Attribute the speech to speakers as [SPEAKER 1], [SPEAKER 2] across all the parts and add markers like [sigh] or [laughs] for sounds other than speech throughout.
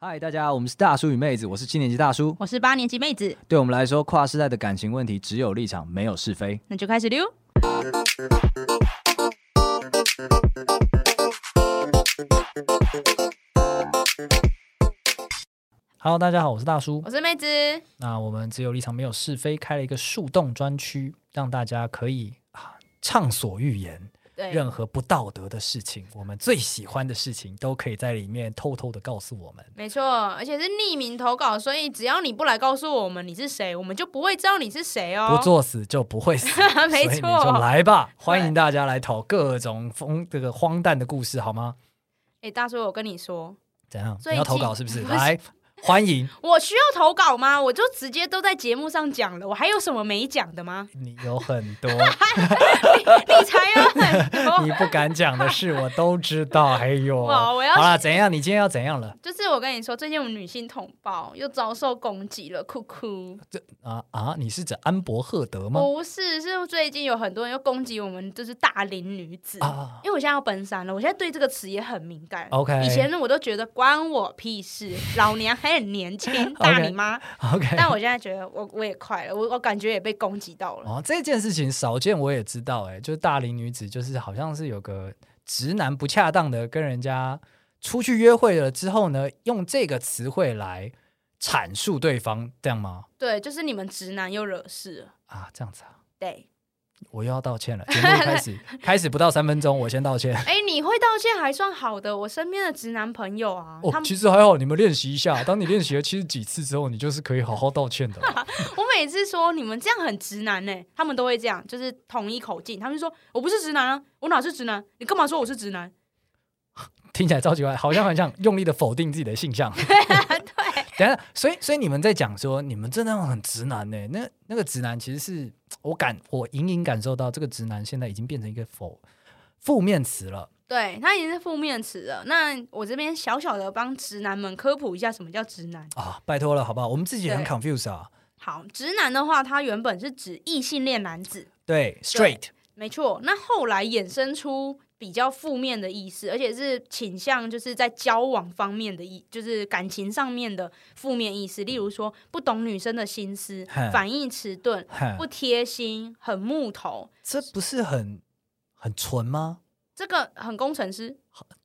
[SPEAKER 1] 嗨，大家，我们是大叔与妹子，我是七年级大叔。
[SPEAKER 2] 我是八年级妹子，
[SPEAKER 1] 对我们来说，跨世代的感情问题只有立场，没有是非。
[SPEAKER 2] 那就开始溜。
[SPEAKER 3] Hello，大家好，我是大叔。
[SPEAKER 2] 我是妹子，
[SPEAKER 3] 那我们只有立场没有是非，开了一个树洞专区，让大家可以啊畅所欲言，
[SPEAKER 2] 对
[SPEAKER 3] 任何不道德的事情，我们最喜欢的事情都可以在里面偷偷的告诉我们。
[SPEAKER 2] 没错，而且是匿名投稿，所以只要你不来告诉我们你是谁，我们就不会知道你是谁哦。，
[SPEAKER 3] 不作死就不会死
[SPEAKER 2] [laughs] 没
[SPEAKER 3] 所以你
[SPEAKER 2] 错
[SPEAKER 3] 就来吧，欢迎大家来投各种疯这个荒诞的故事，好吗？
[SPEAKER 2] 哎、大叔，我跟你说，
[SPEAKER 3] 怎样？
[SPEAKER 2] 最
[SPEAKER 3] 你要投
[SPEAKER 2] 近
[SPEAKER 3] 稿是
[SPEAKER 2] [laughs]
[SPEAKER 3] 不是？
[SPEAKER 2] 不是
[SPEAKER 3] 来，欢迎？
[SPEAKER 2] 我需要投稿吗？我就直接都在节目上讲了，我还有什么没讲的吗
[SPEAKER 3] [laughs] 你有很多
[SPEAKER 2] 你才有很
[SPEAKER 3] [laughs] 你
[SPEAKER 2] 多。
[SPEAKER 3] 不敢讲的事，我都知道。哎呦，
[SPEAKER 2] 哇
[SPEAKER 3] 好
[SPEAKER 2] 我要
[SPEAKER 3] 啦，怎样？你今天要怎样了？
[SPEAKER 2] 就是我跟你说，最近我们女性同胞又遭受攻击了，酷酷。
[SPEAKER 3] 啊啊！你是指安博赫德吗？
[SPEAKER 2] 不是，是最近有很多人又攻击我们，就是大龄女子。
[SPEAKER 3] 啊，
[SPEAKER 2] 因为我现在要奔三了，我现在对这个词也很敏感。
[SPEAKER 3] OK
[SPEAKER 2] 以前呢我都觉得关我屁事，老娘还很
[SPEAKER 3] [laughs]
[SPEAKER 2] 年轻，大你妈。
[SPEAKER 3] 啊 OK，
[SPEAKER 2] [laughs] 但我现在觉得我我也快了，我我感觉也被攻击到了。
[SPEAKER 3] 哦，这件事情少见，我也知道、哎，就是大龄女子，就是好像是有个直男不恰当的跟人家出去约会了之后呢，用这个词汇来阐述对方，这样吗？
[SPEAKER 2] 对，就是你们直男又惹事了。
[SPEAKER 3] 啊，这样子啊，
[SPEAKER 2] 对，
[SPEAKER 3] 我又要道歉了。节目开
[SPEAKER 2] [laughs]
[SPEAKER 3] 始，开始不到三分钟，我先道歉。
[SPEAKER 2] 哎、你会道歉还算好的，我身边的直男朋友啊，
[SPEAKER 3] 哦
[SPEAKER 2] 他，们
[SPEAKER 3] 其实还好，你们练习一下。 [laughs] 当你练习了七十几次之后，你就是可以好好道歉的了。
[SPEAKER 2] [laughs] 我每次说你们这样很直男呢、他们都会这样，就是统一口径，他们就说我不是直男啊，我哪是直男？你干嘛说我是直男？
[SPEAKER 3] 听起来超奇怪，好像很想用力的否定自己的性
[SPEAKER 2] [laughs]
[SPEAKER 3] 向。对，等一下，所以所以你们在讲说你们真的很直男呢、那那个直男其实是我感我隐隐感受到这个直男现在已经变成一个否负面词了。
[SPEAKER 2] 对，它已经是负面词了。那我这边小小的帮直男们科普一下，什么叫直男？
[SPEAKER 3] 啊，拜托了，好不好？我们自己也很
[SPEAKER 2] 对
[SPEAKER 3] confused 啊。
[SPEAKER 2] 好，直男的话，它原本是指异性恋男子，
[SPEAKER 3] 对，straight
[SPEAKER 2] 没错。那后来衍生出比较负面的意思，而且是倾向就是在交往方面的意，就是感情上面的负面意思，例如说不懂女生的心思
[SPEAKER 3] 嗨、
[SPEAKER 2] 反应迟钝、
[SPEAKER 3] 哼
[SPEAKER 2] 不贴心、很木头。
[SPEAKER 3] 这不是很很纯吗？
[SPEAKER 2] 这个很工程师，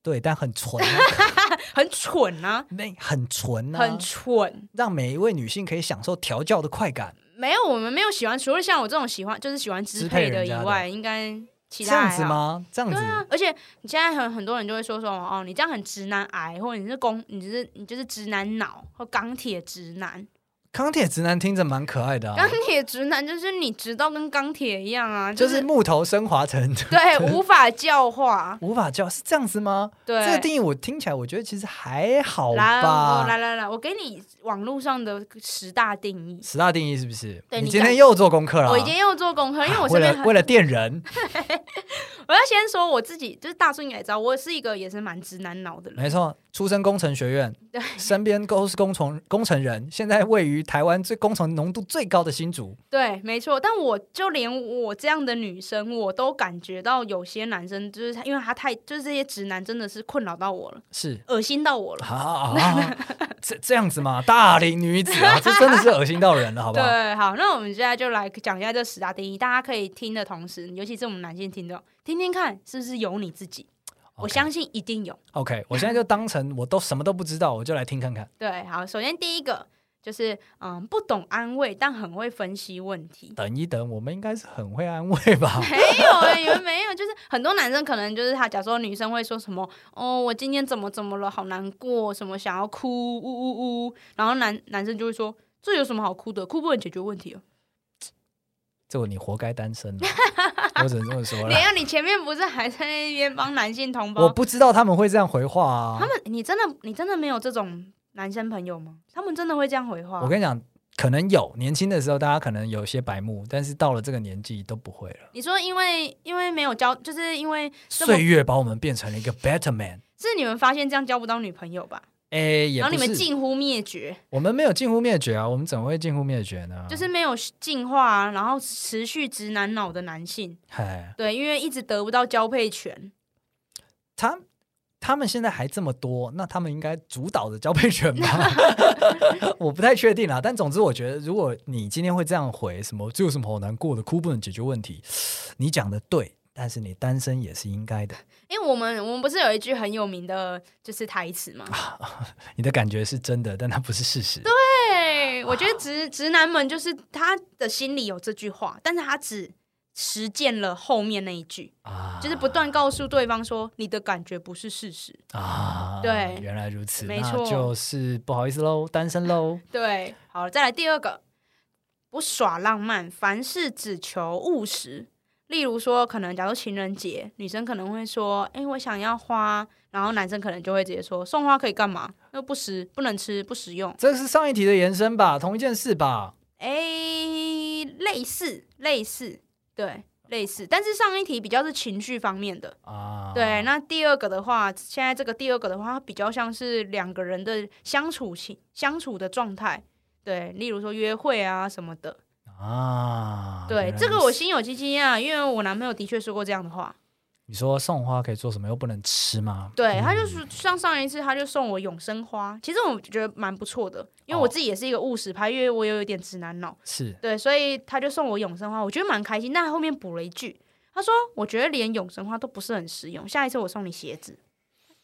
[SPEAKER 3] 对，但很纯啊，
[SPEAKER 2] [laughs] 很蠢啊，
[SPEAKER 3] 那很纯啊，
[SPEAKER 2] 很蠢。
[SPEAKER 3] 让每一位女性可以享受调教的快感。
[SPEAKER 2] 没有，我们没有喜欢，除了像我这种喜欢就是喜欢支配的以
[SPEAKER 3] 支配人家
[SPEAKER 2] 外，应该其
[SPEAKER 3] 这
[SPEAKER 2] 他
[SPEAKER 3] 样
[SPEAKER 2] 还
[SPEAKER 3] 子
[SPEAKER 2] 好？
[SPEAKER 3] 吗？这样子
[SPEAKER 2] 哦对啊，而且你现在很很多人就会说说哦，你这样很直男癌，或者你是公，你就是你就是直男脑或钢铁直男。
[SPEAKER 3] 钢铁直男听着蛮可爱的啊
[SPEAKER 2] 钢，铁直男就是你直到跟钢铁一样啊，
[SPEAKER 3] 就
[SPEAKER 2] 就是
[SPEAKER 3] 木头升华成 [laughs]
[SPEAKER 2] 对无法教化。
[SPEAKER 3] 无法教，是这样子吗？
[SPEAKER 2] 对，
[SPEAKER 3] 这个定义我听起来我觉得其实还好
[SPEAKER 2] 来哦来
[SPEAKER 3] 吧。
[SPEAKER 2] 来来，我给你网络上的十大定义。
[SPEAKER 3] 十大定义是不是？
[SPEAKER 2] 对
[SPEAKER 3] 你
[SPEAKER 2] 你
[SPEAKER 3] 今
[SPEAKER 2] 讲
[SPEAKER 3] 天又做功课了啊？啊
[SPEAKER 2] 我已经又做功课，因为我身
[SPEAKER 3] 为
[SPEAKER 2] 边
[SPEAKER 3] 了
[SPEAKER 2] 很
[SPEAKER 3] 为了电人，
[SPEAKER 2] 我要先说我自己，就是大叔应该也知道，我是一个也是蛮直男脑的人。
[SPEAKER 3] 没错，出身工程学院
[SPEAKER 2] [laughs] 对，
[SPEAKER 3] 身边都是工程工程人，现在位于台湾最工程浓度最高的新竹。
[SPEAKER 2] 对，没错，但我就连我这样的女生，我都感觉到有些男生就是他因为他太就是这些直男真的是困扰到我了，
[SPEAKER 3] 是
[SPEAKER 2] 恶心到我了。
[SPEAKER 3] 啊啊，啊这这样子吗？大龄女子啊，这真的是恶心到人了，好不好？
[SPEAKER 2] 对，好，那我们现在就来讲一下这十大定义，大家可以听的同时，尤其是我们男性听众，听听看是不是有你自己
[SPEAKER 3] OK
[SPEAKER 2] 我相信一定有。
[SPEAKER 3] OK，我现在就当成我都什么都不知道，我就来听看看。
[SPEAKER 2] 对，好，首先第一个就是嗯，不懂安慰，但很会分析问题。
[SPEAKER 3] 等一等，我们应该是很会安慰吧？
[SPEAKER 2] 没有哎、你们没有，就是很多男生可能就是他，假如说女生会说什么哦，我今天怎么怎么了，好难过，什么想要哭，呜呜呜，然后男男生就会说这有什么好哭的，哭不能解决问题
[SPEAKER 3] [laughs]
[SPEAKER 2] 哦。
[SPEAKER 3] 这个你活该单身了，我只能这么说
[SPEAKER 2] 等
[SPEAKER 3] 了
[SPEAKER 2] 一。下，你前面不是还在那边帮男性同
[SPEAKER 3] 我啊
[SPEAKER 2] 胞？
[SPEAKER 3] 不知道他们会这样回话啊
[SPEAKER 2] 他！们，你真的你真的没有这种男生朋友吗？他们真的会这样回话？
[SPEAKER 3] 我跟你讲，可能有年轻的时候，大家可能有些白目，但是到了这个年纪都不会了。
[SPEAKER 2] 你说因为因为没有交，就是因为这么
[SPEAKER 3] 岁月把我们变成了一个 better man。
[SPEAKER 2] 是你们发现这样交不到女朋友吧？
[SPEAKER 3] 哎，也
[SPEAKER 2] 然后
[SPEAKER 3] 不
[SPEAKER 2] 你们
[SPEAKER 3] 是，
[SPEAKER 2] 近乎灭绝。
[SPEAKER 3] 我们没有近乎灭绝啊，我们怎么会近乎灭绝呢？
[SPEAKER 2] 就是，没有进化、然后持续直男脑的男性，
[SPEAKER 3] 哎，
[SPEAKER 2] 对，因为一直得不到交配权，
[SPEAKER 3] 他他们现在还这么多，那他们应该主导着交配权吧？ [laughs] 我不太确定啦，但总之我觉得，如果你今天会这样回什么，这有什么好难过的？哭不能解决问题，你讲的对，但是你单身也是应该的。
[SPEAKER 2] 因为我们我们不是有一句很有名的就是台词吗？
[SPEAKER 3] 你的感觉是真的，但它不是事实。
[SPEAKER 2] 对，我觉得直直男们就是他的心里有这句话，但是他只实践了后面那一句，
[SPEAKER 3] 啊，
[SPEAKER 2] 就是不断告诉对方说你的感觉不是事实。
[SPEAKER 3] 啊，
[SPEAKER 2] 对
[SPEAKER 3] 原来如此，
[SPEAKER 2] 没
[SPEAKER 3] 那
[SPEAKER 2] 错
[SPEAKER 3] 就是不好意思喽，单身喽。
[SPEAKER 2] 对，好，再来第二个，不耍浪漫，凡事只求务实。例如说，可能假如情人节，女生可能会说：“哎、我想要花。”然后男生可能就会直接说：“送花可以干嘛？又不实，不能吃，不实用。
[SPEAKER 3] 这是上一题的延伸吧，同一件事吧。
[SPEAKER 2] 诶，类似，类似，对，类似。但是上一题比较是情绪方面的，
[SPEAKER 3] 啊，
[SPEAKER 2] 对。那第二个的话，现在这个第二个的话，它比较像是两个人的相处情相处的状态，对，例如说约会啊什么的。
[SPEAKER 3] 啊，
[SPEAKER 2] 对
[SPEAKER 3] 原，来
[SPEAKER 2] 这个
[SPEAKER 3] 如
[SPEAKER 2] 我
[SPEAKER 3] 此
[SPEAKER 2] 心有戚戚啊，因为我男朋友的确说过这样的话。
[SPEAKER 3] 你说送花可以做什么，又不能吃吗？嗯
[SPEAKER 2] 对，他就是像上一次，他就送我永生花，其实我觉得蛮不错的，因为我
[SPEAKER 3] 哦
[SPEAKER 2] 自己也是一个务实派，因为我有一点直男脑，
[SPEAKER 3] 是
[SPEAKER 2] 对，所以他就送我永生花，我觉得蛮开心。但他后面补了一句，他说：“我觉得连永生花都不是很实用，下一次我送你鞋子。”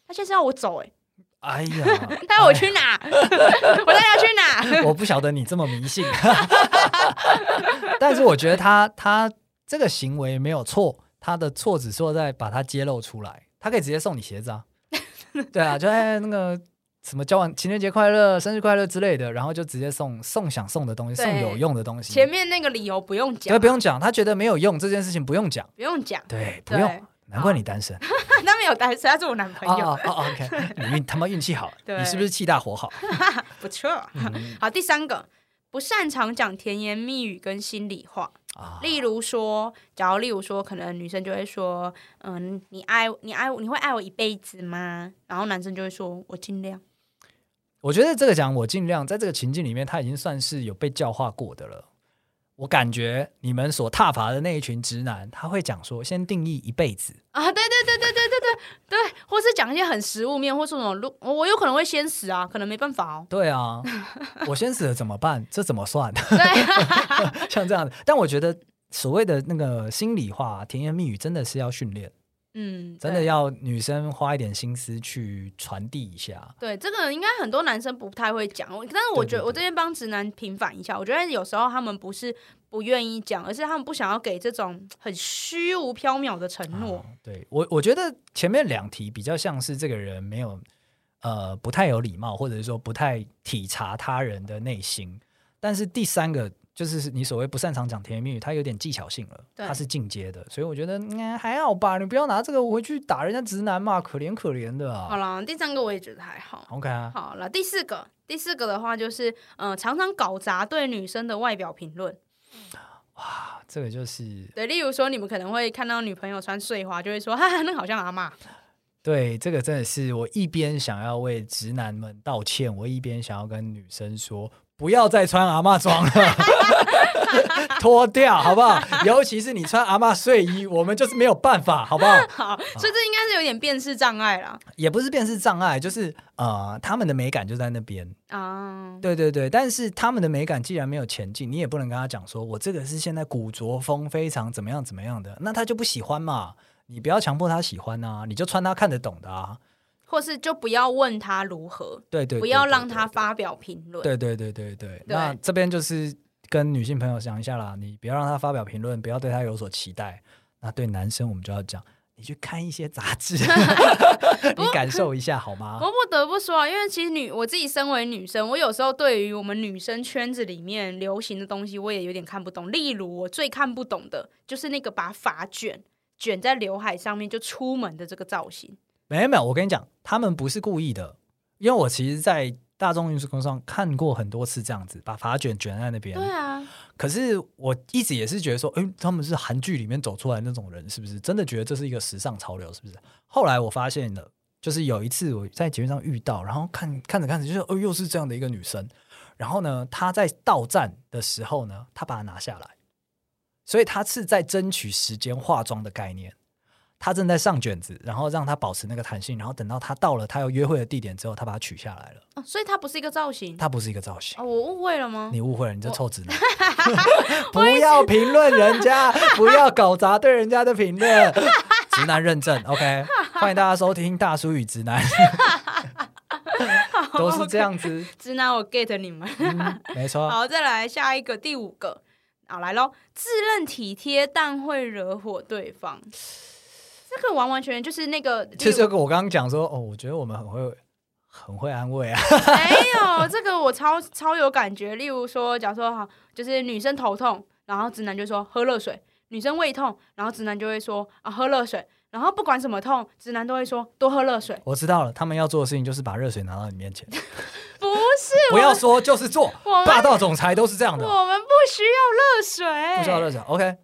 [SPEAKER 2] 他现在要我走、欸，，
[SPEAKER 3] 哎呀
[SPEAKER 2] 带我去哪？ [laughs] 我带他去哪？ [laughs]
[SPEAKER 3] 我不晓得你这么迷信， [laughs] 但是我觉得他他这个行为没有错，他的错只错在把它揭露出来，他可以直接送你鞋子
[SPEAKER 2] [laughs]
[SPEAKER 3] 啊，对啊，就哎那个什么交往情人节快乐、生日快乐之类的，然后就直接送送想送的东西，
[SPEAKER 2] 对
[SPEAKER 3] 送有用的东西，
[SPEAKER 2] 前面那个理由不用讲
[SPEAKER 3] 对，，不用讲，他觉得没有用这件事情不用讲，
[SPEAKER 2] 不用讲，
[SPEAKER 3] 对，不
[SPEAKER 2] 对
[SPEAKER 3] 用，难怪你单身。
[SPEAKER 2] 他没有单身，他是我男朋友，
[SPEAKER 3] 哦哦哦，OK，你
[SPEAKER 2] [laughs]
[SPEAKER 3] 运他妈运气好，
[SPEAKER 2] 对
[SPEAKER 3] 你是不是气大火好？ [laughs]
[SPEAKER 2] 不错。好，第三个。不擅长讲甜言蜜语跟心里话，
[SPEAKER 3] 啊，
[SPEAKER 2] 例如说，假如例如说，可能女生就会说，嗯，你爱你爱我，你会爱我一辈子吗？然后男生就会说，我尽量。
[SPEAKER 3] 我觉得这个讲我尽量在这个情境里面，他已经算是有被教化过的了。我感觉你们所踏伐的那一群直男，他会讲说，先定义一辈子，
[SPEAKER 2] 啊，对对对对对对对对，或是讲一些很实物面，或是那种路，我有可能会先死啊，可能没办法哦。
[SPEAKER 3] 对
[SPEAKER 2] [laughs]
[SPEAKER 3] 啊，我先死了怎么办？这怎么算？ [laughs]
[SPEAKER 2] 对，
[SPEAKER 3] 像这样的，但我觉得所谓的那个心里话、甜言蜜语，真的是要训练，
[SPEAKER 2] 嗯，
[SPEAKER 3] 真的
[SPEAKER 2] 对。
[SPEAKER 3] 要女生花一点心思去传递一下。
[SPEAKER 2] 对，这个应该很多男生不太会讲，我但是我
[SPEAKER 3] 对对
[SPEAKER 2] 觉得我
[SPEAKER 3] 对
[SPEAKER 2] 这边帮直男平反一下，我觉得有时候他们不是不愿意讲，而是他们不想要给这种很虚无缥缈的承诺。
[SPEAKER 3] 对我，我觉得前面两题比较像是这个人没有呃不太有礼貌，或者是说不太体察他人的内心。但是第三个就是你所谓不擅长讲甜言蜜语，它有点技巧性了，
[SPEAKER 2] 对
[SPEAKER 3] 它是进阶的，所以我觉得、嗯、还好吧，你不要拿这个回去打人家直男嘛，可怜可怜的
[SPEAKER 2] 好
[SPEAKER 3] 啊。
[SPEAKER 2] 啦，第三个我也觉得还好。
[SPEAKER 3] OK 啊，
[SPEAKER 2] 好了，第四个，第四个的话就是，嗯、常常搞砸对女生的外表评论。
[SPEAKER 3] 哇，这个就是
[SPEAKER 2] 对，例如说，你们可能会看到女朋友穿碎花，就会说，哈哈，那好像阿嬷。
[SPEAKER 3] 对，这个真的是我一边想要为直男们道歉，我一边想要跟女生说，不要再穿阿嬷装了， [laughs] 脱掉好不好？尤其是你穿阿嬷睡衣，我们就是没有办法，好不好？ [laughs]
[SPEAKER 2] 好， [laughs] 所以这应该是有点辨识障碍啦。
[SPEAKER 3] 也不是辨识障碍，就是呃，他们的美感就在那边。
[SPEAKER 2] 啊，
[SPEAKER 3] 对对对，但是他们的美感既然没有前进，你也不能跟他讲说我这个是现在古着风非常怎么样怎么样的，那他就不喜欢嘛。你不要强迫他喜欢啊，你就穿他看得懂的啊。
[SPEAKER 2] 或是就不要问他如何，
[SPEAKER 3] 对对对，
[SPEAKER 2] 不要
[SPEAKER 3] 对
[SPEAKER 2] 让
[SPEAKER 3] 对
[SPEAKER 2] 他
[SPEAKER 3] 对
[SPEAKER 2] 发表评论。
[SPEAKER 3] 对对对对对，那这边就是跟女性朋友讲一下啦，你不要让她发表评论，不要对她有所期待。那对男生，我们就要讲，你去看一些杂
[SPEAKER 2] [laughs]
[SPEAKER 3] 志，你感受一下好
[SPEAKER 2] 不
[SPEAKER 3] 吗？
[SPEAKER 2] 过不得不说啊，因为其实女我自己身为女生，我有时候对于我们女生圈子里面流行的东西，我也有点看不懂。例如，我最看不懂的就是那个把发卷卷在刘海上面就出门的这个造型。
[SPEAKER 3] 没有没有，我跟你讲，他们不是故意的，因为我其实，在大众运输工上看过很多次这样子，把发卷卷在那边。
[SPEAKER 2] 对啊，
[SPEAKER 3] 可是我一直也是觉得说，哎、他们是韩剧里面走出来那种人，是不是真的觉得这是一个时尚潮流？是不是？后来我发现了，就是有一次我在节目上遇到，然后看看着看着，就是哦，又是这样的一个女生。然后呢，她在到站的时候呢，她把它拿下来，所以她是在争取时间化妆的概念。他正在上卷子，然后让他保持那个弹性，然后等到他到了他要约会的地点之后，他把它取下来了。
[SPEAKER 2] 哦，所以它不是一个造型。
[SPEAKER 3] 它不是一个造型。
[SPEAKER 2] 哦，我误会了吗？
[SPEAKER 3] 你误会了，你这臭直
[SPEAKER 2] [laughs]
[SPEAKER 3] 男！ [laughs] 不要评论人家，不要搞砸对人家的评论。 [laughs] 直男认证，OK，欢
[SPEAKER 2] [laughs]
[SPEAKER 3] 迎大家收听《大叔与直男》，都是这样子，
[SPEAKER 2] 直男，我 get 你 [laughs] 们。
[SPEAKER 3] 嗯、没错。
[SPEAKER 2] 好，再来下一个，第五个，好来喽。自认体贴但会惹火对方，这个完完全全就是那个，
[SPEAKER 3] 就
[SPEAKER 2] 例
[SPEAKER 3] 是我刚刚讲说，哦，我觉得我们很会，很会安慰啊。 [laughs]
[SPEAKER 2] 如没有这个我超超有感觉。例如说，假如说哈，就是女生头痛，然后直男就说喝热水；女生胃痛，然后直男就会说啊喝热水。然后不管什么痛，直男都会说多喝热水。
[SPEAKER 3] 我知道了，他们要做的事情就是把热水拿到你面
[SPEAKER 2] [laughs]
[SPEAKER 3] 前，
[SPEAKER 2] 不是，
[SPEAKER 3] 不要说就是做，
[SPEAKER 2] 我们
[SPEAKER 3] 霸道总裁都是这样的。
[SPEAKER 2] 我们不需要热水，
[SPEAKER 3] 不需要热水，OK，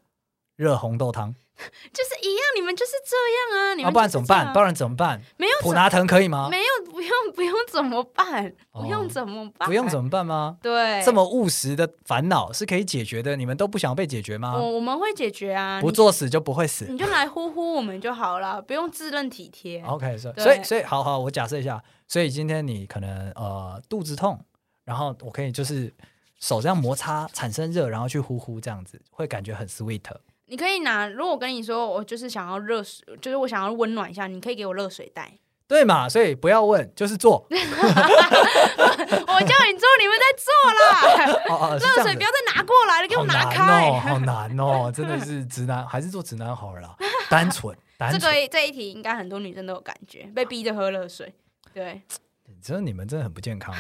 [SPEAKER 3] 热红豆汤，
[SPEAKER 2] 就是一样，你们就是这样啊，你
[SPEAKER 3] 要、
[SPEAKER 2] 们、
[SPEAKER 3] 不然怎么办？不？然怎么办？
[SPEAKER 2] 没有
[SPEAKER 3] 普拿疼可以吗？
[SPEAKER 2] 没有，不用不用怎么办？不用
[SPEAKER 3] 哦
[SPEAKER 2] 怎么办？
[SPEAKER 3] 不用怎
[SPEAKER 2] 么
[SPEAKER 3] 么办吗？
[SPEAKER 2] 对，
[SPEAKER 3] 这么务实的烦恼是可以解决的，你们都不想被解决吗？
[SPEAKER 2] 我我们会解决啊，
[SPEAKER 3] 不
[SPEAKER 2] 你
[SPEAKER 3] 作死就不会死。
[SPEAKER 2] 你就来呼呼我们就好了，不用自认体贴。
[SPEAKER 3] OK，所以
[SPEAKER 2] 对
[SPEAKER 3] 所以所以好好，我假设一下，所以今天你可能呃肚子痛，然后我可以就是手这样摩擦产生热，然后去呼呼这样子，会感觉很 sweet。
[SPEAKER 2] 你可以拿，如果我跟你说我就是想要热水，就是我想要温暖一下，你可以给我热水袋。
[SPEAKER 3] 对嘛？所以不要问，就是哦做。
[SPEAKER 2] 我叫你做，你们在做啦。
[SPEAKER 3] [laughs] 哦
[SPEAKER 2] [laughs]
[SPEAKER 3] 哦，是这
[SPEAKER 2] 热水
[SPEAKER 3] 样
[SPEAKER 2] 不
[SPEAKER 3] 子
[SPEAKER 2] 要。再拿过来了，给我
[SPEAKER 3] 好
[SPEAKER 2] 拿
[SPEAKER 3] 难
[SPEAKER 2] 开。
[SPEAKER 3] 哦，好难哦，真的是直男，还是做直男好了啦，单纯，单
[SPEAKER 2] [laughs] 这
[SPEAKER 3] 纯。
[SPEAKER 2] 个这一题应该很多女生都有感觉，被逼着喝热水。对，
[SPEAKER 3] 真的，你们真的很不健康。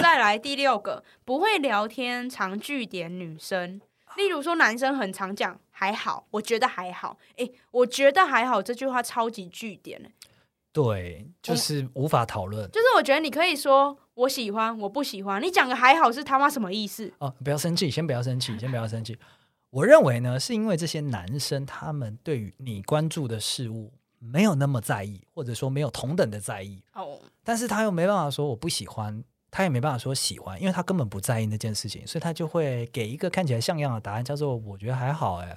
[SPEAKER 2] 再来第六个，不会聊天，常据点女生。例如说，男生很常讲“还好”，我觉得还好。诶、我觉得还好这句话超级据点的、
[SPEAKER 3] 对，就是无法讨论。
[SPEAKER 2] 就是我觉得你可以说我喜欢，我不喜欢。你讲个“还好”是他妈什么意思？
[SPEAKER 3] 哦，不要生气，先不要生气，先不要生气。我认为呢，是因为这些男生他们对于你关注的事物没有那么在意，或者说没有同等的在意，
[SPEAKER 2] 哦，
[SPEAKER 3] 但是他又没办法说我不喜欢，他也没办法说喜欢，因为他根本不在意那件事情，所以他就会给一个看起来像样的答案，叫做我觉得还好哎、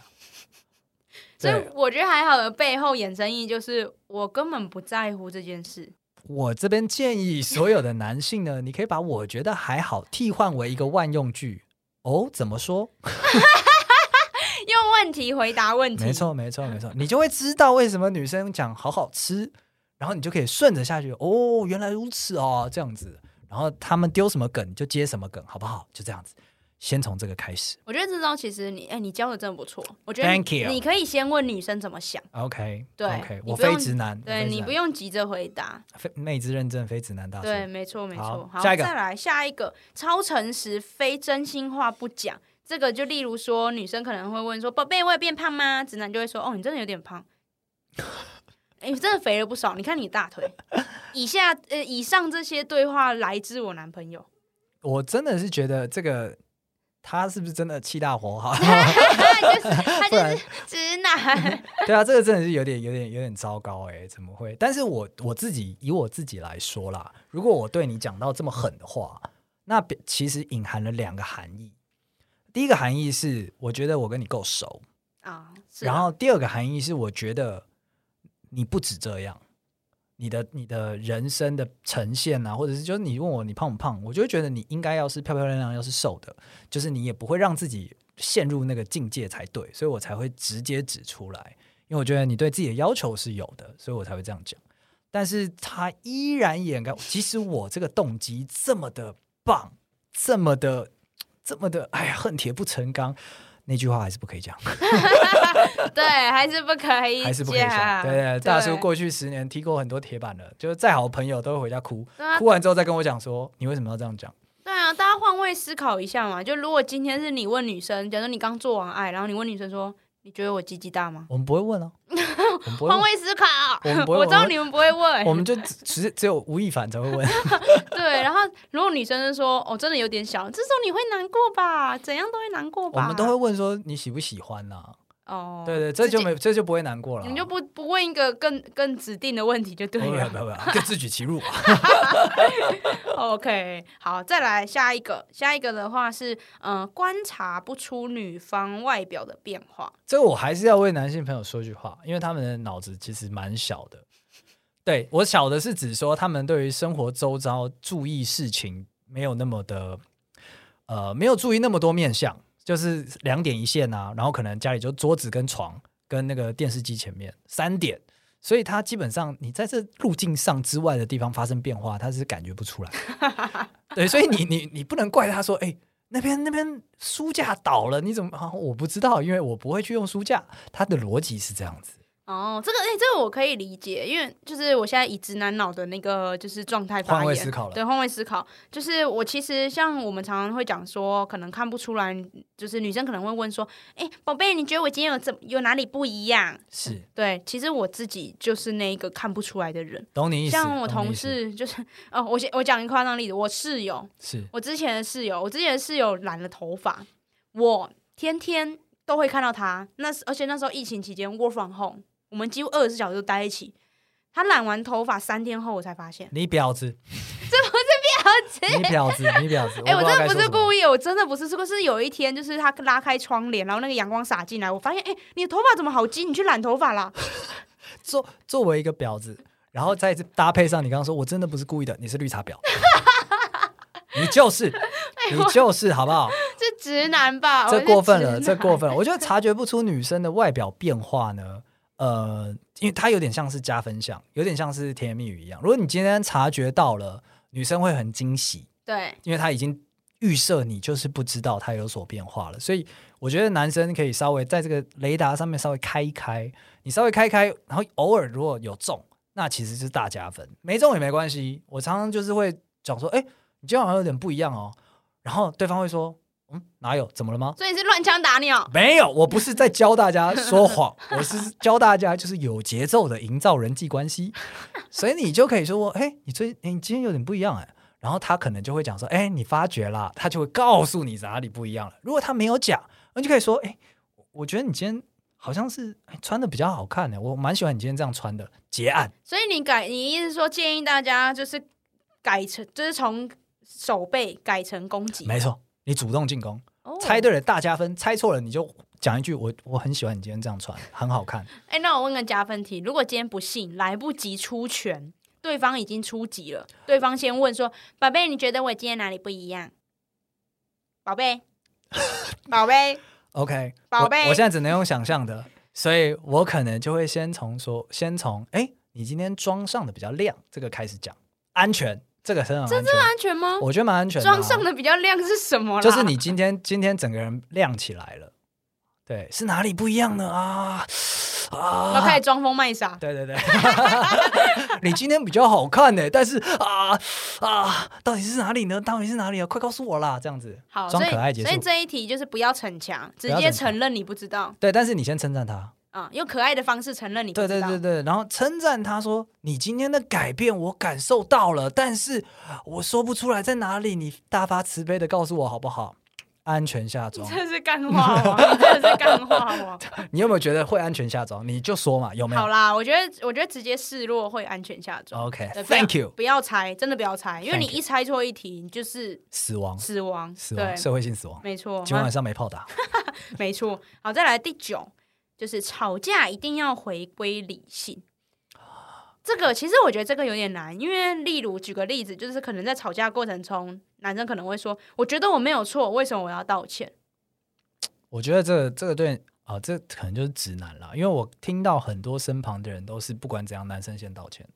[SPEAKER 2] 所以
[SPEAKER 3] 对
[SPEAKER 2] 我觉得“还好”的背后衍生意就是我根本不在乎这件事。
[SPEAKER 3] 我这边建议所有的男性呢，你可以把我觉得还好替换为一个万用句。哦，怎么说？
[SPEAKER 2] 用问题回答问题，
[SPEAKER 3] 没。错，没错，没错，你就会知道为什么女生讲好好吃，然后你就可以顺着下去。哦，原来如此哦，这样子。然后他们丢什么梗就接什么梗，好不好？就这样子，先从这个开始。
[SPEAKER 2] 我觉得这招其实你，哎、你教的真的不错。我觉得
[SPEAKER 3] Thank you
[SPEAKER 2] 你可以先问女生怎么想。
[SPEAKER 3] OK，
[SPEAKER 2] 对
[SPEAKER 3] o k
[SPEAKER 2] 你
[SPEAKER 3] 我
[SPEAKER 2] 不用
[SPEAKER 3] 非直男，我
[SPEAKER 2] 对
[SPEAKER 3] 非直
[SPEAKER 2] 你
[SPEAKER 3] 男
[SPEAKER 2] 不用急着回答，
[SPEAKER 3] 非妹子认证非直男大叔。
[SPEAKER 2] 对，没错没错。
[SPEAKER 3] 好下一个
[SPEAKER 2] 再来下一个，超诚实，非真心话不讲。这个就例如说，女生可能会问说：“宝贝，我也变胖吗？”直男就会说：“哦，你真的有点胖， [laughs] 哎、你真的肥了不少。你看你大腿。”以下呃，以上这些对话来自我男朋友。
[SPEAKER 3] 我真的是觉得这个他是不是真的气大
[SPEAKER 2] [laughs]
[SPEAKER 3] 活哈？ [laughs]
[SPEAKER 2] 他就是他
[SPEAKER 3] 不
[SPEAKER 2] 就
[SPEAKER 3] 然
[SPEAKER 2] 是直男，
[SPEAKER 3] [laughs] 对啊，这个真的是有点、有点、有点糟糕哎、怎么会？但是我我自己以我自己来说啦，如果我对你讲到这么狠的话，那别其实隐含了两个含义。第一个含义是，我觉得我跟你够熟；
[SPEAKER 2] 啊。是啊
[SPEAKER 3] 然后第二个含义是，我觉得你不止这样，你的你的人生的呈现啊，或者是就是你问我你胖不胖，我就会觉得你应该要是漂漂亮亮，要是瘦的，就是你也不会让自己陷入那个境界才对，所以我才会直接指出来，因为我觉得你对自己的要求是有的，所以我才会这样讲。但是他依然掩盖，即使我这个动机这么的棒，这么的这么的，哎呀，恨铁不成钢，那句话还是不可以讲。
[SPEAKER 2] 对，还是不可以讲，啊
[SPEAKER 3] 还是不可以想。对对，大叔
[SPEAKER 2] 对
[SPEAKER 3] 过去十年踢过很多铁板了，就是再好的朋友都会回家哭，
[SPEAKER 2] 对啊
[SPEAKER 3] 哭完之后再跟我讲说你为什么要这样讲？
[SPEAKER 2] 对啊，大家换位思考一下嘛。就如果今天是你问女生，假如你刚做完爱，然后你问女生说：“你觉得我鸡鸡大吗
[SPEAKER 3] 我们不会问哦，我们？”不会
[SPEAKER 2] 换
[SPEAKER 3] 问，
[SPEAKER 2] 位思考，
[SPEAKER 3] 我们不会
[SPEAKER 2] [laughs] 我知道
[SPEAKER 3] 我们
[SPEAKER 2] 你们不会问。
[SPEAKER 3] 我们就只只只有吴亦凡才会问。
[SPEAKER 2] 对，然后如果女生就说：“哦，真的有点小。”这时候你会难过吧？怎样都会难过
[SPEAKER 3] 我
[SPEAKER 2] 吧？
[SPEAKER 3] 们都会问说你喜不喜欢呐、
[SPEAKER 2] 哦，
[SPEAKER 3] 对对，这
[SPEAKER 2] 自己
[SPEAKER 3] 就没这就不会难过了啊。
[SPEAKER 2] 你们就不不问一个更更指定的问题就对
[SPEAKER 3] 不会
[SPEAKER 2] 了。
[SPEAKER 3] 不会，不会就自取其辱。
[SPEAKER 2] OK，好，再来下一个，下一个的话是，嗯、观察不出女方外表的变化。
[SPEAKER 3] 这我还是要为男性朋友说句话，因为他们的脑子其实蛮小的。对我小的是指说，他们对于生活周遭注意事情没有那么的，呃，没有注意那么多面相，就是两点一线啊，然后可能家里就桌子跟床跟那个电视机前面三点，所以他基本上你在这路径上之外的地方发生变化，他是感觉不出来。对，所以你你你不能怪他说，哎、那边那边书架倒了，你怎么啊？我不知道，因为我不会去用书架。他的逻辑是这样子，
[SPEAKER 2] 哦，这个哎、这个我可以理解，因为就是我现在以直男脑的那个就是状态发言，
[SPEAKER 3] 换位思考了
[SPEAKER 2] 对，换位思考，就是我其实像我们常常会讲说，可能看不出来，就是女生可能会问说，哎、宝贝，你觉得我今天有怎有哪里不一样？
[SPEAKER 3] 是
[SPEAKER 2] 对，其实我自己就是那一个看不出来的人。
[SPEAKER 3] 懂你意思。
[SPEAKER 2] 像
[SPEAKER 3] 懂
[SPEAKER 2] 我
[SPEAKER 3] 你
[SPEAKER 2] 同
[SPEAKER 3] 意思
[SPEAKER 2] 事就是，哦，我先我讲一个夸张例子，我室友，
[SPEAKER 3] 是
[SPEAKER 2] 我之前的室友，我之前的室友染了头发，我天天都会看到他。那时而且那时候疫情期间，work from home，我们几乎二十四小时都待在一起。他染完头发三天后，我才发现，
[SPEAKER 3] 你婊子，
[SPEAKER 2] [laughs] 而
[SPEAKER 3] [laughs]
[SPEAKER 2] 且
[SPEAKER 3] 你婊子，你婊子。
[SPEAKER 2] 哎、我
[SPEAKER 3] 不知道该说
[SPEAKER 2] 真的不是
[SPEAKER 3] 什么
[SPEAKER 2] 故意，我真的不是，是是有一天，就是他拉开窗帘，然后那个阳光洒进来，我发现，哎、你的头发怎么好金？你去染头发啦？ [laughs]
[SPEAKER 3] 作作为一个婊子，然后再搭配上你刚刚说，我真的不是故意的，你是绿
[SPEAKER 2] [laughs]
[SPEAKER 3] 茶婊，你就是
[SPEAKER 2] 哎
[SPEAKER 3] 你就是，好不好？
[SPEAKER 2] 这直男吧？我
[SPEAKER 3] 这
[SPEAKER 2] 是
[SPEAKER 3] 过分
[SPEAKER 2] 直
[SPEAKER 3] 了，
[SPEAKER 2] 男
[SPEAKER 3] 这过分了。我觉得察觉不出女生的外表变化呢，呃，因为它有点像是加分项，有点像是甜言蜜语一样。如果你今天察觉到了，女生会很惊喜，
[SPEAKER 2] 对，
[SPEAKER 3] 因为她已经预设你就是不知道她有所变化了。所以我觉得男生可以稍微在这个雷达上面稍微开一开，你稍微开一开，然后偶尔如果有中，那其实是大加分；没中也没关系。我常常就是会讲说，哎，你今天好像有点不一样哦，然后对方会说。嗯，哪有？怎么了吗？
[SPEAKER 2] 所以是乱枪打鸟。
[SPEAKER 3] 没有，我不是在教大家说谎， [laughs] 我是教大家就是有节奏的营造人际关系。所以你就可以说，哎、你最、哎你今天有点不一样哎、然后他可能就会讲说，哎、你发觉啦，他就会告诉你哪里不一样了。如果他没有讲，那就可以说，哎、我觉得你今天好像是、哎穿的比较好看的、我蛮喜欢你今天这样穿的，结案。
[SPEAKER 2] 所以你改，你意思是说建议大家就是改成，就是从手背改成攻击？
[SPEAKER 3] 没错，你主动进攻，
[SPEAKER 2] 哦
[SPEAKER 3] 猜对了大加分，猜错了你就讲一句我我很喜欢你今天这样穿，很好看。
[SPEAKER 2] 哎、那我问个加分题：如果今天不幸来不及出拳，对方已经出击了，对方先问说：“宝贝，你觉得我今天哪里不一样？”
[SPEAKER 3] [laughs]
[SPEAKER 2] 宝贝，宝贝，
[SPEAKER 3] OK，
[SPEAKER 2] 宝
[SPEAKER 3] 我
[SPEAKER 2] 贝
[SPEAKER 3] 我现在只能用想象的，所以我可能就会先从说，先从哎，诶你今天妆上的比较亮这个开始讲，安全这个很很安全，
[SPEAKER 2] 安全吗？
[SPEAKER 3] 我觉得蛮安全的啊、
[SPEAKER 2] 妆上的比较亮是什么啦？
[SPEAKER 3] 就是你今天今天整个人亮起来了，对，是哪里不一样呢啊
[SPEAKER 2] 要开
[SPEAKER 3] 啊
[SPEAKER 2] 始？装疯卖傻。
[SPEAKER 3] 对对 [laughs] 对，你今天比较好看呢，但是啊啊，到底是哪里呢？到底是哪里啊？快告诉我啦！这样子，
[SPEAKER 2] 好，
[SPEAKER 3] 装
[SPEAKER 2] 所以
[SPEAKER 3] 可爱结
[SPEAKER 2] 所以
[SPEAKER 3] 束。
[SPEAKER 2] 这一题就是不要逞强，直
[SPEAKER 3] 要
[SPEAKER 2] 接
[SPEAKER 3] 逞强
[SPEAKER 2] 承认你不知道
[SPEAKER 3] 对，但是你先称赞他，
[SPEAKER 2] 啊、用可爱的方式承认你不
[SPEAKER 3] 对
[SPEAKER 2] 知道。
[SPEAKER 3] 对对对，然后称赞他说：“你今天的改变我感受到了，但是我说不出来在哪里。你大发慈悲的告诉我好不好？安全
[SPEAKER 2] [laughs]
[SPEAKER 3] 下
[SPEAKER 2] 你
[SPEAKER 3] 装，
[SPEAKER 2] 真的是干
[SPEAKER 3] [laughs]
[SPEAKER 2] 话王，你真的是干话王。
[SPEAKER 3] 你有没有觉得会安全下装？你就说嘛，有没
[SPEAKER 2] 好
[SPEAKER 3] 有
[SPEAKER 2] 啦，我觉得我觉得直接示弱会安全下装。对不要
[SPEAKER 3] ？OK，Thank、you。
[SPEAKER 2] 不要猜，真的不要猜，因为你
[SPEAKER 3] Thank you
[SPEAKER 2] 一猜错一题，你就是
[SPEAKER 3] 死亡，
[SPEAKER 2] 死亡。
[SPEAKER 3] 死
[SPEAKER 2] 对
[SPEAKER 3] 亡，，社会性死亡。
[SPEAKER 2] 没啊错，
[SPEAKER 3] 今晚晚上没炮打， [laughs]
[SPEAKER 2] 没错。好，再来第九，就是吵架一定要回归理性。这个其实我觉得这个有点难，因为例如举个例子，就是可能在吵架过程中，男生可能会说：“我觉得我没有错，为什么我要道歉
[SPEAKER 3] 我觉得这个这个对啊、这可能就是直男啦，因为我听到很多身旁的人都是不管怎样，男生先道歉，？”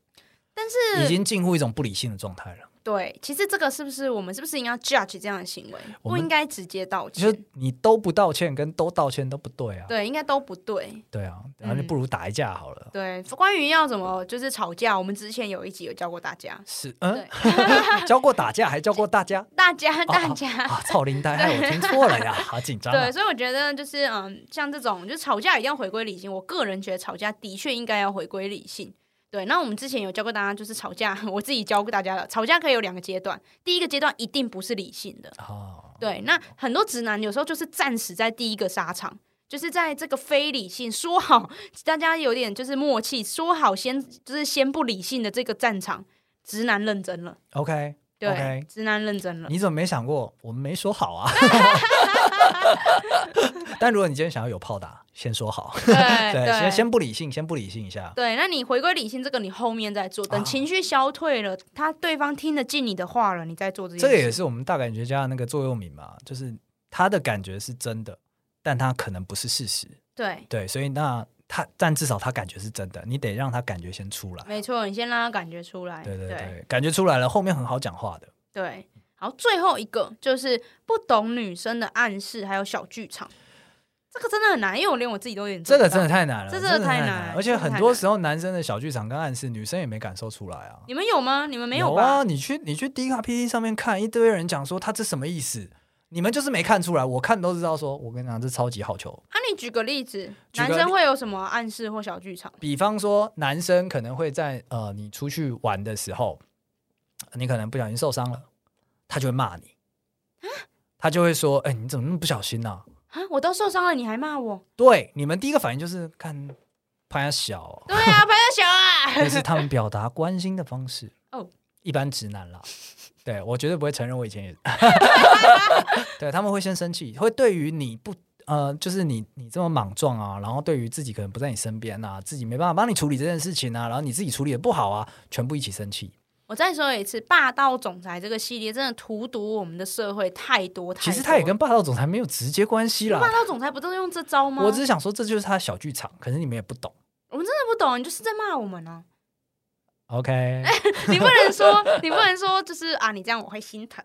[SPEAKER 2] 但
[SPEAKER 3] 已
[SPEAKER 2] 是，
[SPEAKER 3] 经近乎一种不理性的状态了。
[SPEAKER 2] 对，其实这个是不是我们是不是应该 judge 这样的行为？
[SPEAKER 3] 我
[SPEAKER 2] 不
[SPEAKER 3] 们
[SPEAKER 2] 应该直接道
[SPEAKER 3] 就
[SPEAKER 2] 歉
[SPEAKER 3] 是，你都不道歉跟都道歉都不对啊。
[SPEAKER 2] 对，应该都不对。
[SPEAKER 3] 对啊，然
[SPEAKER 2] 嗯
[SPEAKER 3] 后就不如打一架好了。
[SPEAKER 2] 对，关于要怎么就是吵架，我们之前有一集有教过大家，
[SPEAKER 3] 是，
[SPEAKER 2] 对 [laughs]
[SPEAKER 3] 嗯，教过打架，还教过大家
[SPEAKER 2] 大家 [laughs] 大家。
[SPEAKER 3] 啊！操林丹，害我听错了呀，好紧张啊
[SPEAKER 2] 对，！所以我觉得就是嗯，像这种就是吵架一定要回归理性。我个人觉得吵架的确应该要回归理性。对，那我们之前有教过大家，就是吵架， [laughs] 我自己教过大家了。吵架可以有两个阶段，第一个阶段一定不是理性的，
[SPEAKER 3] 哦，
[SPEAKER 2] 对。那很多直男有时候就是暂时在第一个沙场，就是在这个非理性说好，大家有点就是默契，说好先就是先不理性的这个战场，直男认真了，
[SPEAKER 3] OK，
[SPEAKER 2] 对
[SPEAKER 3] OK
[SPEAKER 2] 直男认真了，
[SPEAKER 3] 你怎么没想过？我们没说好啊。 [laughs] 但如果你今天想要有炮打，先说好，[laughs]
[SPEAKER 2] 对
[SPEAKER 3] 对，
[SPEAKER 2] 哎对，
[SPEAKER 3] 先先不理性，先不理性一下。
[SPEAKER 2] 对，那你回归理性这个，你后面再做，等
[SPEAKER 3] 啊
[SPEAKER 2] 情绪消退了，他对方听得进你的话了，你再做这
[SPEAKER 3] 这
[SPEAKER 2] 件
[SPEAKER 3] 个
[SPEAKER 2] 事。
[SPEAKER 3] 也是我们大感觉家的那个座右铭嘛，就是他的感觉是真的，但他可能不是事实。
[SPEAKER 2] 对，
[SPEAKER 3] 对，所以那他但至少他感觉是真的，你得让他感觉先出来。
[SPEAKER 2] 没错，你先让他感觉出来。
[SPEAKER 3] 对对
[SPEAKER 2] 对
[SPEAKER 3] 对，感觉出来了，后面很好讲话的。
[SPEAKER 2] 对好，最后一个就是不懂女生的暗示，还有小剧场，这个真的很难，因为我连我自己都有点
[SPEAKER 3] 这个
[SPEAKER 2] 做不
[SPEAKER 3] 真
[SPEAKER 2] 到
[SPEAKER 3] 的太难了，
[SPEAKER 2] 这真
[SPEAKER 3] 真
[SPEAKER 2] 的
[SPEAKER 3] 的
[SPEAKER 2] 太
[SPEAKER 3] 难
[SPEAKER 2] 难了
[SPEAKER 3] 而且
[SPEAKER 2] 真的
[SPEAKER 3] 很
[SPEAKER 2] 太
[SPEAKER 3] 多
[SPEAKER 2] 难
[SPEAKER 3] 时候男生的小剧场跟暗示，女生也没感受出来啊。
[SPEAKER 2] 你们有吗？你们没
[SPEAKER 3] 有
[SPEAKER 2] 吧？
[SPEAKER 3] 啊？你去你去 D 卡 P D 上面看，一堆人讲说他这什么意思，你们就是没看出来。我看都知道说，我跟你讲，这超级好球。
[SPEAKER 2] 啊，你举个例子，
[SPEAKER 3] 举个
[SPEAKER 2] 男生
[SPEAKER 3] 例
[SPEAKER 2] 会有什么暗示或小剧场？
[SPEAKER 3] 比方说，男生可能会在呃你出去玩的时候，你可能不小心受伤了，他就会骂你，他就会说：“哎、你怎么那么不小心呢、啊
[SPEAKER 2] 啊，我都受伤了，你还骂我？”？ [laughs]
[SPEAKER 3] 对，你们第一个反应就是看拍他小哦、
[SPEAKER 2] 对啊，拍个小 [laughs] 啊！
[SPEAKER 3] 这是他们表达关心的方式。
[SPEAKER 2] 哦
[SPEAKER 3] 一般直男
[SPEAKER 2] [laughs]
[SPEAKER 3] 啦，对我绝对不会承认我以前也，对他们会先生气，会对于你不呃，就是你你这么莽撞啊，然后对于自己可能不在你身边啊，自己没办法帮你处理这件事情啊，然后你自己处理的不好啊，全部一起生气。
[SPEAKER 2] 我再说一次，《霸道总裁》这个系列真的荼毒我们的社会太多太多。
[SPEAKER 3] 其实他也跟霸道总裁没有直接关系
[SPEAKER 2] 霸
[SPEAKER 3] 啦，
[SPEAKER 2] 道总裁不都用这招吗？
[SPEAKER 3] 我只是想说这就是他的小剧场，可是你们也不懂。
[SPEAKER 2] 我们真的不懂，你就是在骂我们啊！ [laughs]
[SPEAKER 3] OK，
[SPEAKER 2] 你不能说，你不能说，就是啊，你这样我会
[SPEAKER 3] [laughs]
[SPEAKER 2] 心疼。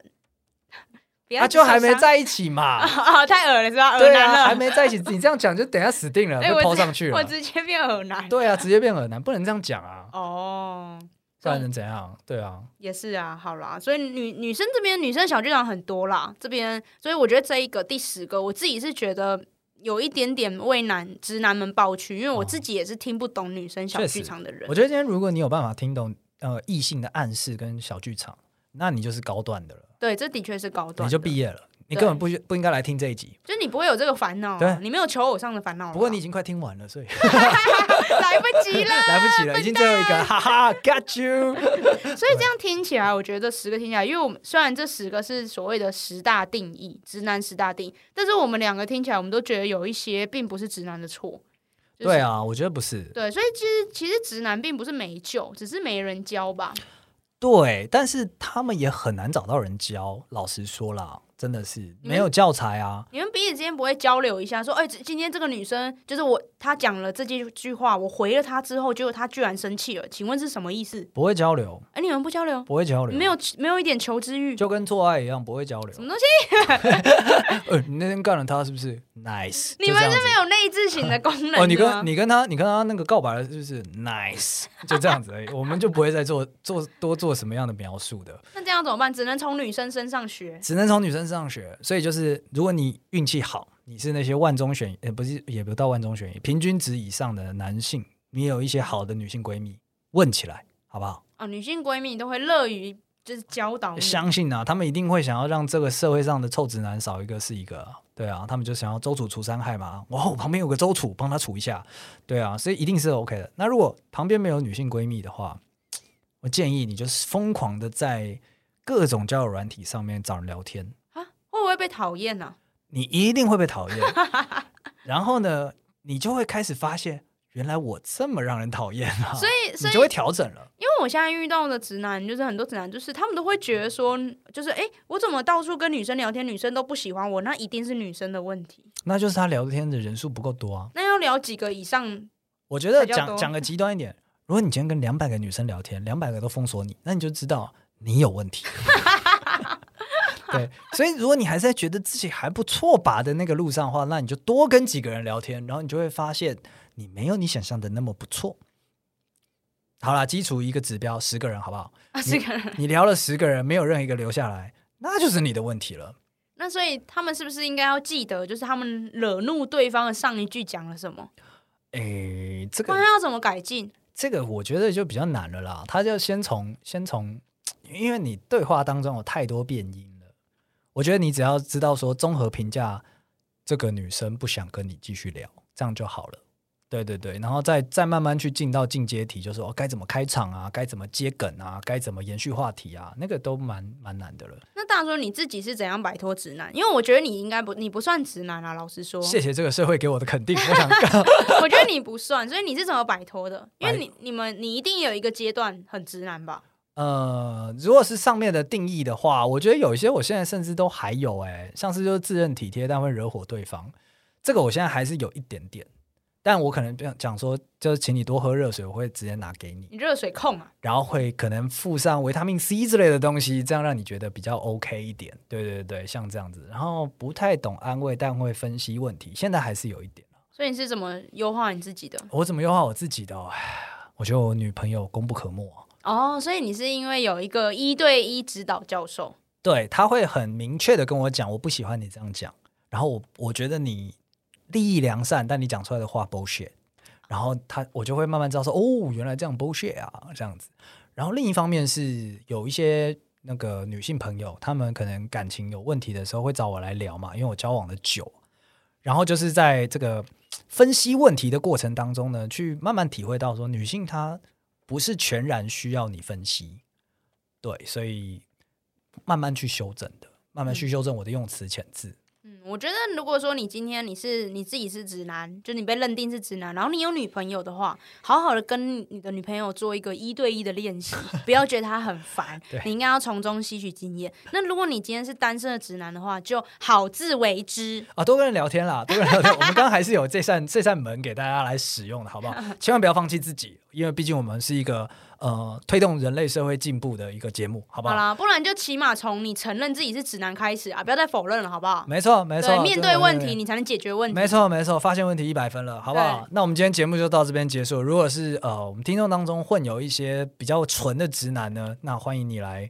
[SPEAKER 2] 不要
[SPEAKER 3] 他啊就还没
[SPEAKER 2] 受伤
[SPEAKER 3] 在一起
[SPEAKER 2] [laughs]
[SPEAKER 3] 嘛，
[SPEAKER 2] 啊，太恶了是吧？恶
[SPEAKER 3] 对
[SPEAKER 2] 男了，
[SPEAKER 3] 啊，还没在一起，你这样讲就等一下死定了，
[SPEAKER 2] [laughs] 哎我
[SPEAKER 3] 被抛
[SPEAKER 2] 直
[SPEAKER 3] 上去了
[SPEAKER 2] 我。直接变恶男。
[SPEAKER 3] 对啊，直接变耳男，不能这样讲啊，
[SPEAKER 2] 哦，
[SPEAKER 3] 不然能怎样？对啊，
[SPEAKER 2] 也是啊，好啦，所以女女生这边女生小剧场很多啦，这边，所以我觉得这一个第十个，我自己是觉得有一点点为男直男们抱屈，因为我自己也是听不懂女生小
[SPEAKER 3] 哦确
[SPEAKER 2] 剧
[SPEAKER 3] 实
[SPEAKER 2] 场的人
[SPEAKER 3] 我。觉得今天如果你有办法听懂呃异性的暗示跟小剧场，那你就是高段的了，
[SPEAKER 2] 对，这的确是高端的，
[SPEAKER 3] 你就毕业了，你
[SPEAKER 2] 对
[SPEAKER 3] 根本不需不应该来听这一集。
[SPEAKER 2] 就是你不会有这个烦恼啊
[SPEAKER 3] 对，
[SPEAKER 2] 你没有求偶上的烦恼了啊。
[SPEAKER 3] 不过你已经快听完了，所
[SPEAKER 2] 啊
[SPEAKER 3] 以
[SPEAKER 2] [laughs] 来不及了，
[SPEAKER 3] [laughs] 来不及了，已经最后一个了，哈哈，got you。
[SPEAKER 2] 所以这样听起来，我觉得十个听起来，因为我们虽然这十个是所谓的十大定义，直男十大定义，但是我们两个听起来，我们都觉得有一些并不是直男的错。 [laughs] 就是
[SPEAKER 3] 对啊，我觉得不是，
[SPEAKER 2] 对，所以其实其实直男并不是没救，只是没人教吧。
[SPEAKER 3] 对，但是他们也很难找到人教。老实说啦，真的是没有教材啊。
[SPEAKER 2] 你们彼此之间不会交流一下，说，哎、这今天这个女生就是我，她讲了这句句话，我回了她之后，结果她居然生气了，请问是什么意思？
[SPEAKER 3] 不会交流，
[SPEAKER 2] 哎、你们不交流，
[SPEAKER 3] 不会交流，
[SPEAKER 2] 没有没有一点求知欲，
[SPEAKER 3] 就跟做爱一样，不会交流。
[SPEAKER 2] 什么东
[SPEAKER 3] 西？ [laughs] 呃，你那天干了他是不是？Nice，
[SPEAKER 2] 你
[SPEAKER 3] 就
[SPEAKER 2] 们
[SPEAKER 3] 这样
[SPEAKER 2] 是
[SPEAKER 3] 子
[SPEAKER 2] 没有内置型的功能
[SPEAKER 3] 哦，你
[SPEAKER 2] 的吗啊
[SPEAKER 3] 跟你跟他，你跟他那个告白了是不是？Nice，就这样子而已，我们就不会再做做多做什么样的描述的，
[SPEAKER 2] 那这样怎么办？只能从女生身上学。
[SPEAKER 3] 只能从女生上学。所以就是，如果你运气好，你是那些万中选，呃，不是也不到万中选一，平均值以上的男性，你有一些好的女性闺蜜，问起来好不好？
[SPEAKER 2] 哦，女性闺蜜都会乐于就是教导你。
[SPEAKER 3] 相信啊，他们一定会想要让这个社会上的臭直男少一个是一个啊，对啊，他们就想要周楚除三害嘛。哇，我旁边有个周楚，帮他除一下，对啊，所以一定是 OK 的。那如果旁边没有女性闺蜜的话，我建议你就是疯狂的在各种交友软体上面找人聊天，
[SPEAKER 2] 啊会不会被讨厌呢？
[SPEAKER 3] 你一定会被讨
[SPEAKER 2] [laughs]
[SPEAKER 3] 厌。然后呢，你就会开始发现，原来我这么让人讨厌啊，
[SPEAKER 2] 所以，所
[SPEAKER 3] 你
[SPEAKER 2] 以
[SPEAKER 3] 就会调整了。
[SPEAKER 2] 因为我现在遇到的直男，就是很多直男，就是他们都会觉得说，就是诶，我怎么到处跟女生聊天，女生都不喜欢我，那一定是女生的问题。
[SPEAKER 3] 那就是他聊天的人数不够多啊。
[SPEAKER 2] 那要聊几个以上？
[SPEAKER 3] 我觉得
[SPEAKER 2] 比较多
[SPEAKER 3] 讲讲个极端一点，如果你今天跟两百个女生聊天，两百个都封锁你，那你就知道你有问题。 [laughs] 对，所以如果你还是在觉得自己还不错吧的那个路上的话，那你就多跟几个人聊天，然后你就会发现你没有你想象的那么不错。好啦，基础一个指标，十个人好不好？
[SPEAKER 2] 啊，十个人。
[SPEAKER 3] 你聊了十个人，没有任何一个留下来，那就是你的问题了。
[SPEAKER 2] 那所以他们是不是应该要记得，就是他们惹怒对方的上一句讲了什么？
[SPEAKER 3] 诶，这
[SPEAKER 2] 不
[SPEAKER 3] 个
[SPEAKER 2] 然要怎么改进？
[SPEAKER 3] 这个我觉得就比较难了啦。他就先从先从，因为你对话当中有太多变音了。我觉得你只要知道说综合评价这个女生不想跟你继续聊，这样就好了。对对对，然后再再慢慢去进到进阶题，就是哦该怎么开场啊，该怎么接梗啊，该怎么延续话题啊，那个都蛮蛮难的了。
[SPEAKER 2] 那大叔你自己是怎样摆脱直男？因为我觉得你应该不，你不算直男啊。老实说，
[SPEAKER 3] 谢谢这个社会给我的肯定，我想
[SPEAKER 2] [laughs] 我觉得你不算，所以你是怎么摆脱的？因为
[SPEAKER 3] 摆
[SPEAKER 2] 你你们你一定有一个阶段很直男吧？
[SPEAKER 3] 呃，如果是上面的定义的话，我觉得有一些我现在甚至都还有哎、像是就是自认体贴但会惹火对方，这个我现在还是有一点点，但我可能讲讲说，就是请你多喝热水，我会直接拿给你，
[SPEAKER 2] 你热水控啊？
[SPEAKER 3] 然后会可能附上维他命 C 之类的东西，这样让你觉得比较 OK 一点。对对对，像这样子，然后不太懂安慰，但会分析问题，现在还是有一点。
[SPEAKER 2] 所以你是怎么优化你自己的？
[SPEAKER 3] 我怎么优化我自己的、哦？唉我觉得我女朋友功不可没啊、
[SPEAKER 2] 哦，所以你是因为有一个一对一指导教授，
[SPEAKER 3] 对，他会很明确的跟我讲，我不喜欢你这样讲，然后我我觉得你利益良善，但你讲出来的话 bullshit，然后他我就会慢慢知道说，哦，原来这样 bullshit 啊，这样子。然后另一方面是有一些那个女性朋友，她们可能感情有问题的时候会找我来聊嘛，因为我交往的久，然后就是在这个分析问题的过程当中呢，去慢慢体会到说，女性她不是全然需要你分析，对，所以慢慢去修正的，慢慢去修正我的用词遣字。
[SPEAKER 2] 嗯，我觉得如果说你今天你是你自己是直男，就你被认定是直男，然后你有女朋友的话，好好的跟你的女朋友做一个一对一的练习， [laughs] 不要觉得她很烦
[SPEAKER 3] 对，
[SPEAKER 2] 你应该要从中吸取经验。那如果你今天是单身的直男的话，就好自为之。
[SPEAKER 3] 啊，多跟人聊天啦，多跟人聊
[SPEAKER 2] [laughs]
[SPEAKER 3] 天。我们刚刚还是有这扇这扇门给大家来使用的，好不好？千万不要放弃自己，因为毕竟我们是一个呃推动人类社会进步的一个节目，好不
[SPEAKER 2] 好
[SPEAKER 3] 好？
[SPEAKER 2] 啦，不然就起码从你承认自己是直男开始啊，不要再否认了，好不好？
[SPEAKER 3] 没错，没错，
[SPEAKER 2] 对，面对问题
[SPEAKER 3] 对。
[SPEAKER 2] 你才能解决问题。
[SPEAKER 3] 没错，没错，发现问题一百分了，好不好？那我们今天节目就到这边结束。如果是呃，我们听众当中混有一些比较纯的直男呢，那欢迎你来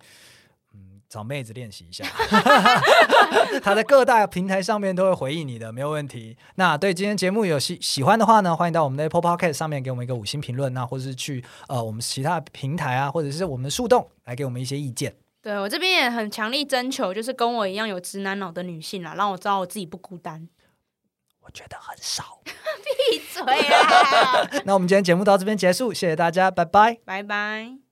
[SPEAKER 3] 嗯找妹子练习一下。
[SPEAKER 2] [laughs]
[SPEAKER 3] 他在各大平台上面都会回应你的，没有问题。那对今天节目有喜喜欢的话呢，欢迎到我们的 Apple Podcast 上面给我们一个五星评论，那或是去呃我们其他平台啊，或者是我们的树洞来给我们一些意见。
[SPEAKER 2] 对我这边也很强力征求，就是跟我一样有直男脑的女性啦，啊让我知道我自己不孤单。
[SPEAKER 3] 我觉得很
[SPEAKER 2] [laughs]
[SPEAKER 3] 少。
[SPEAKER 2] 闭嘴啦！啊
[SPEAKER 3] 那我们今天节目到这边结束，谢谢大家，拜拜。
[SPEAKER 2] [laughs] 拜拜。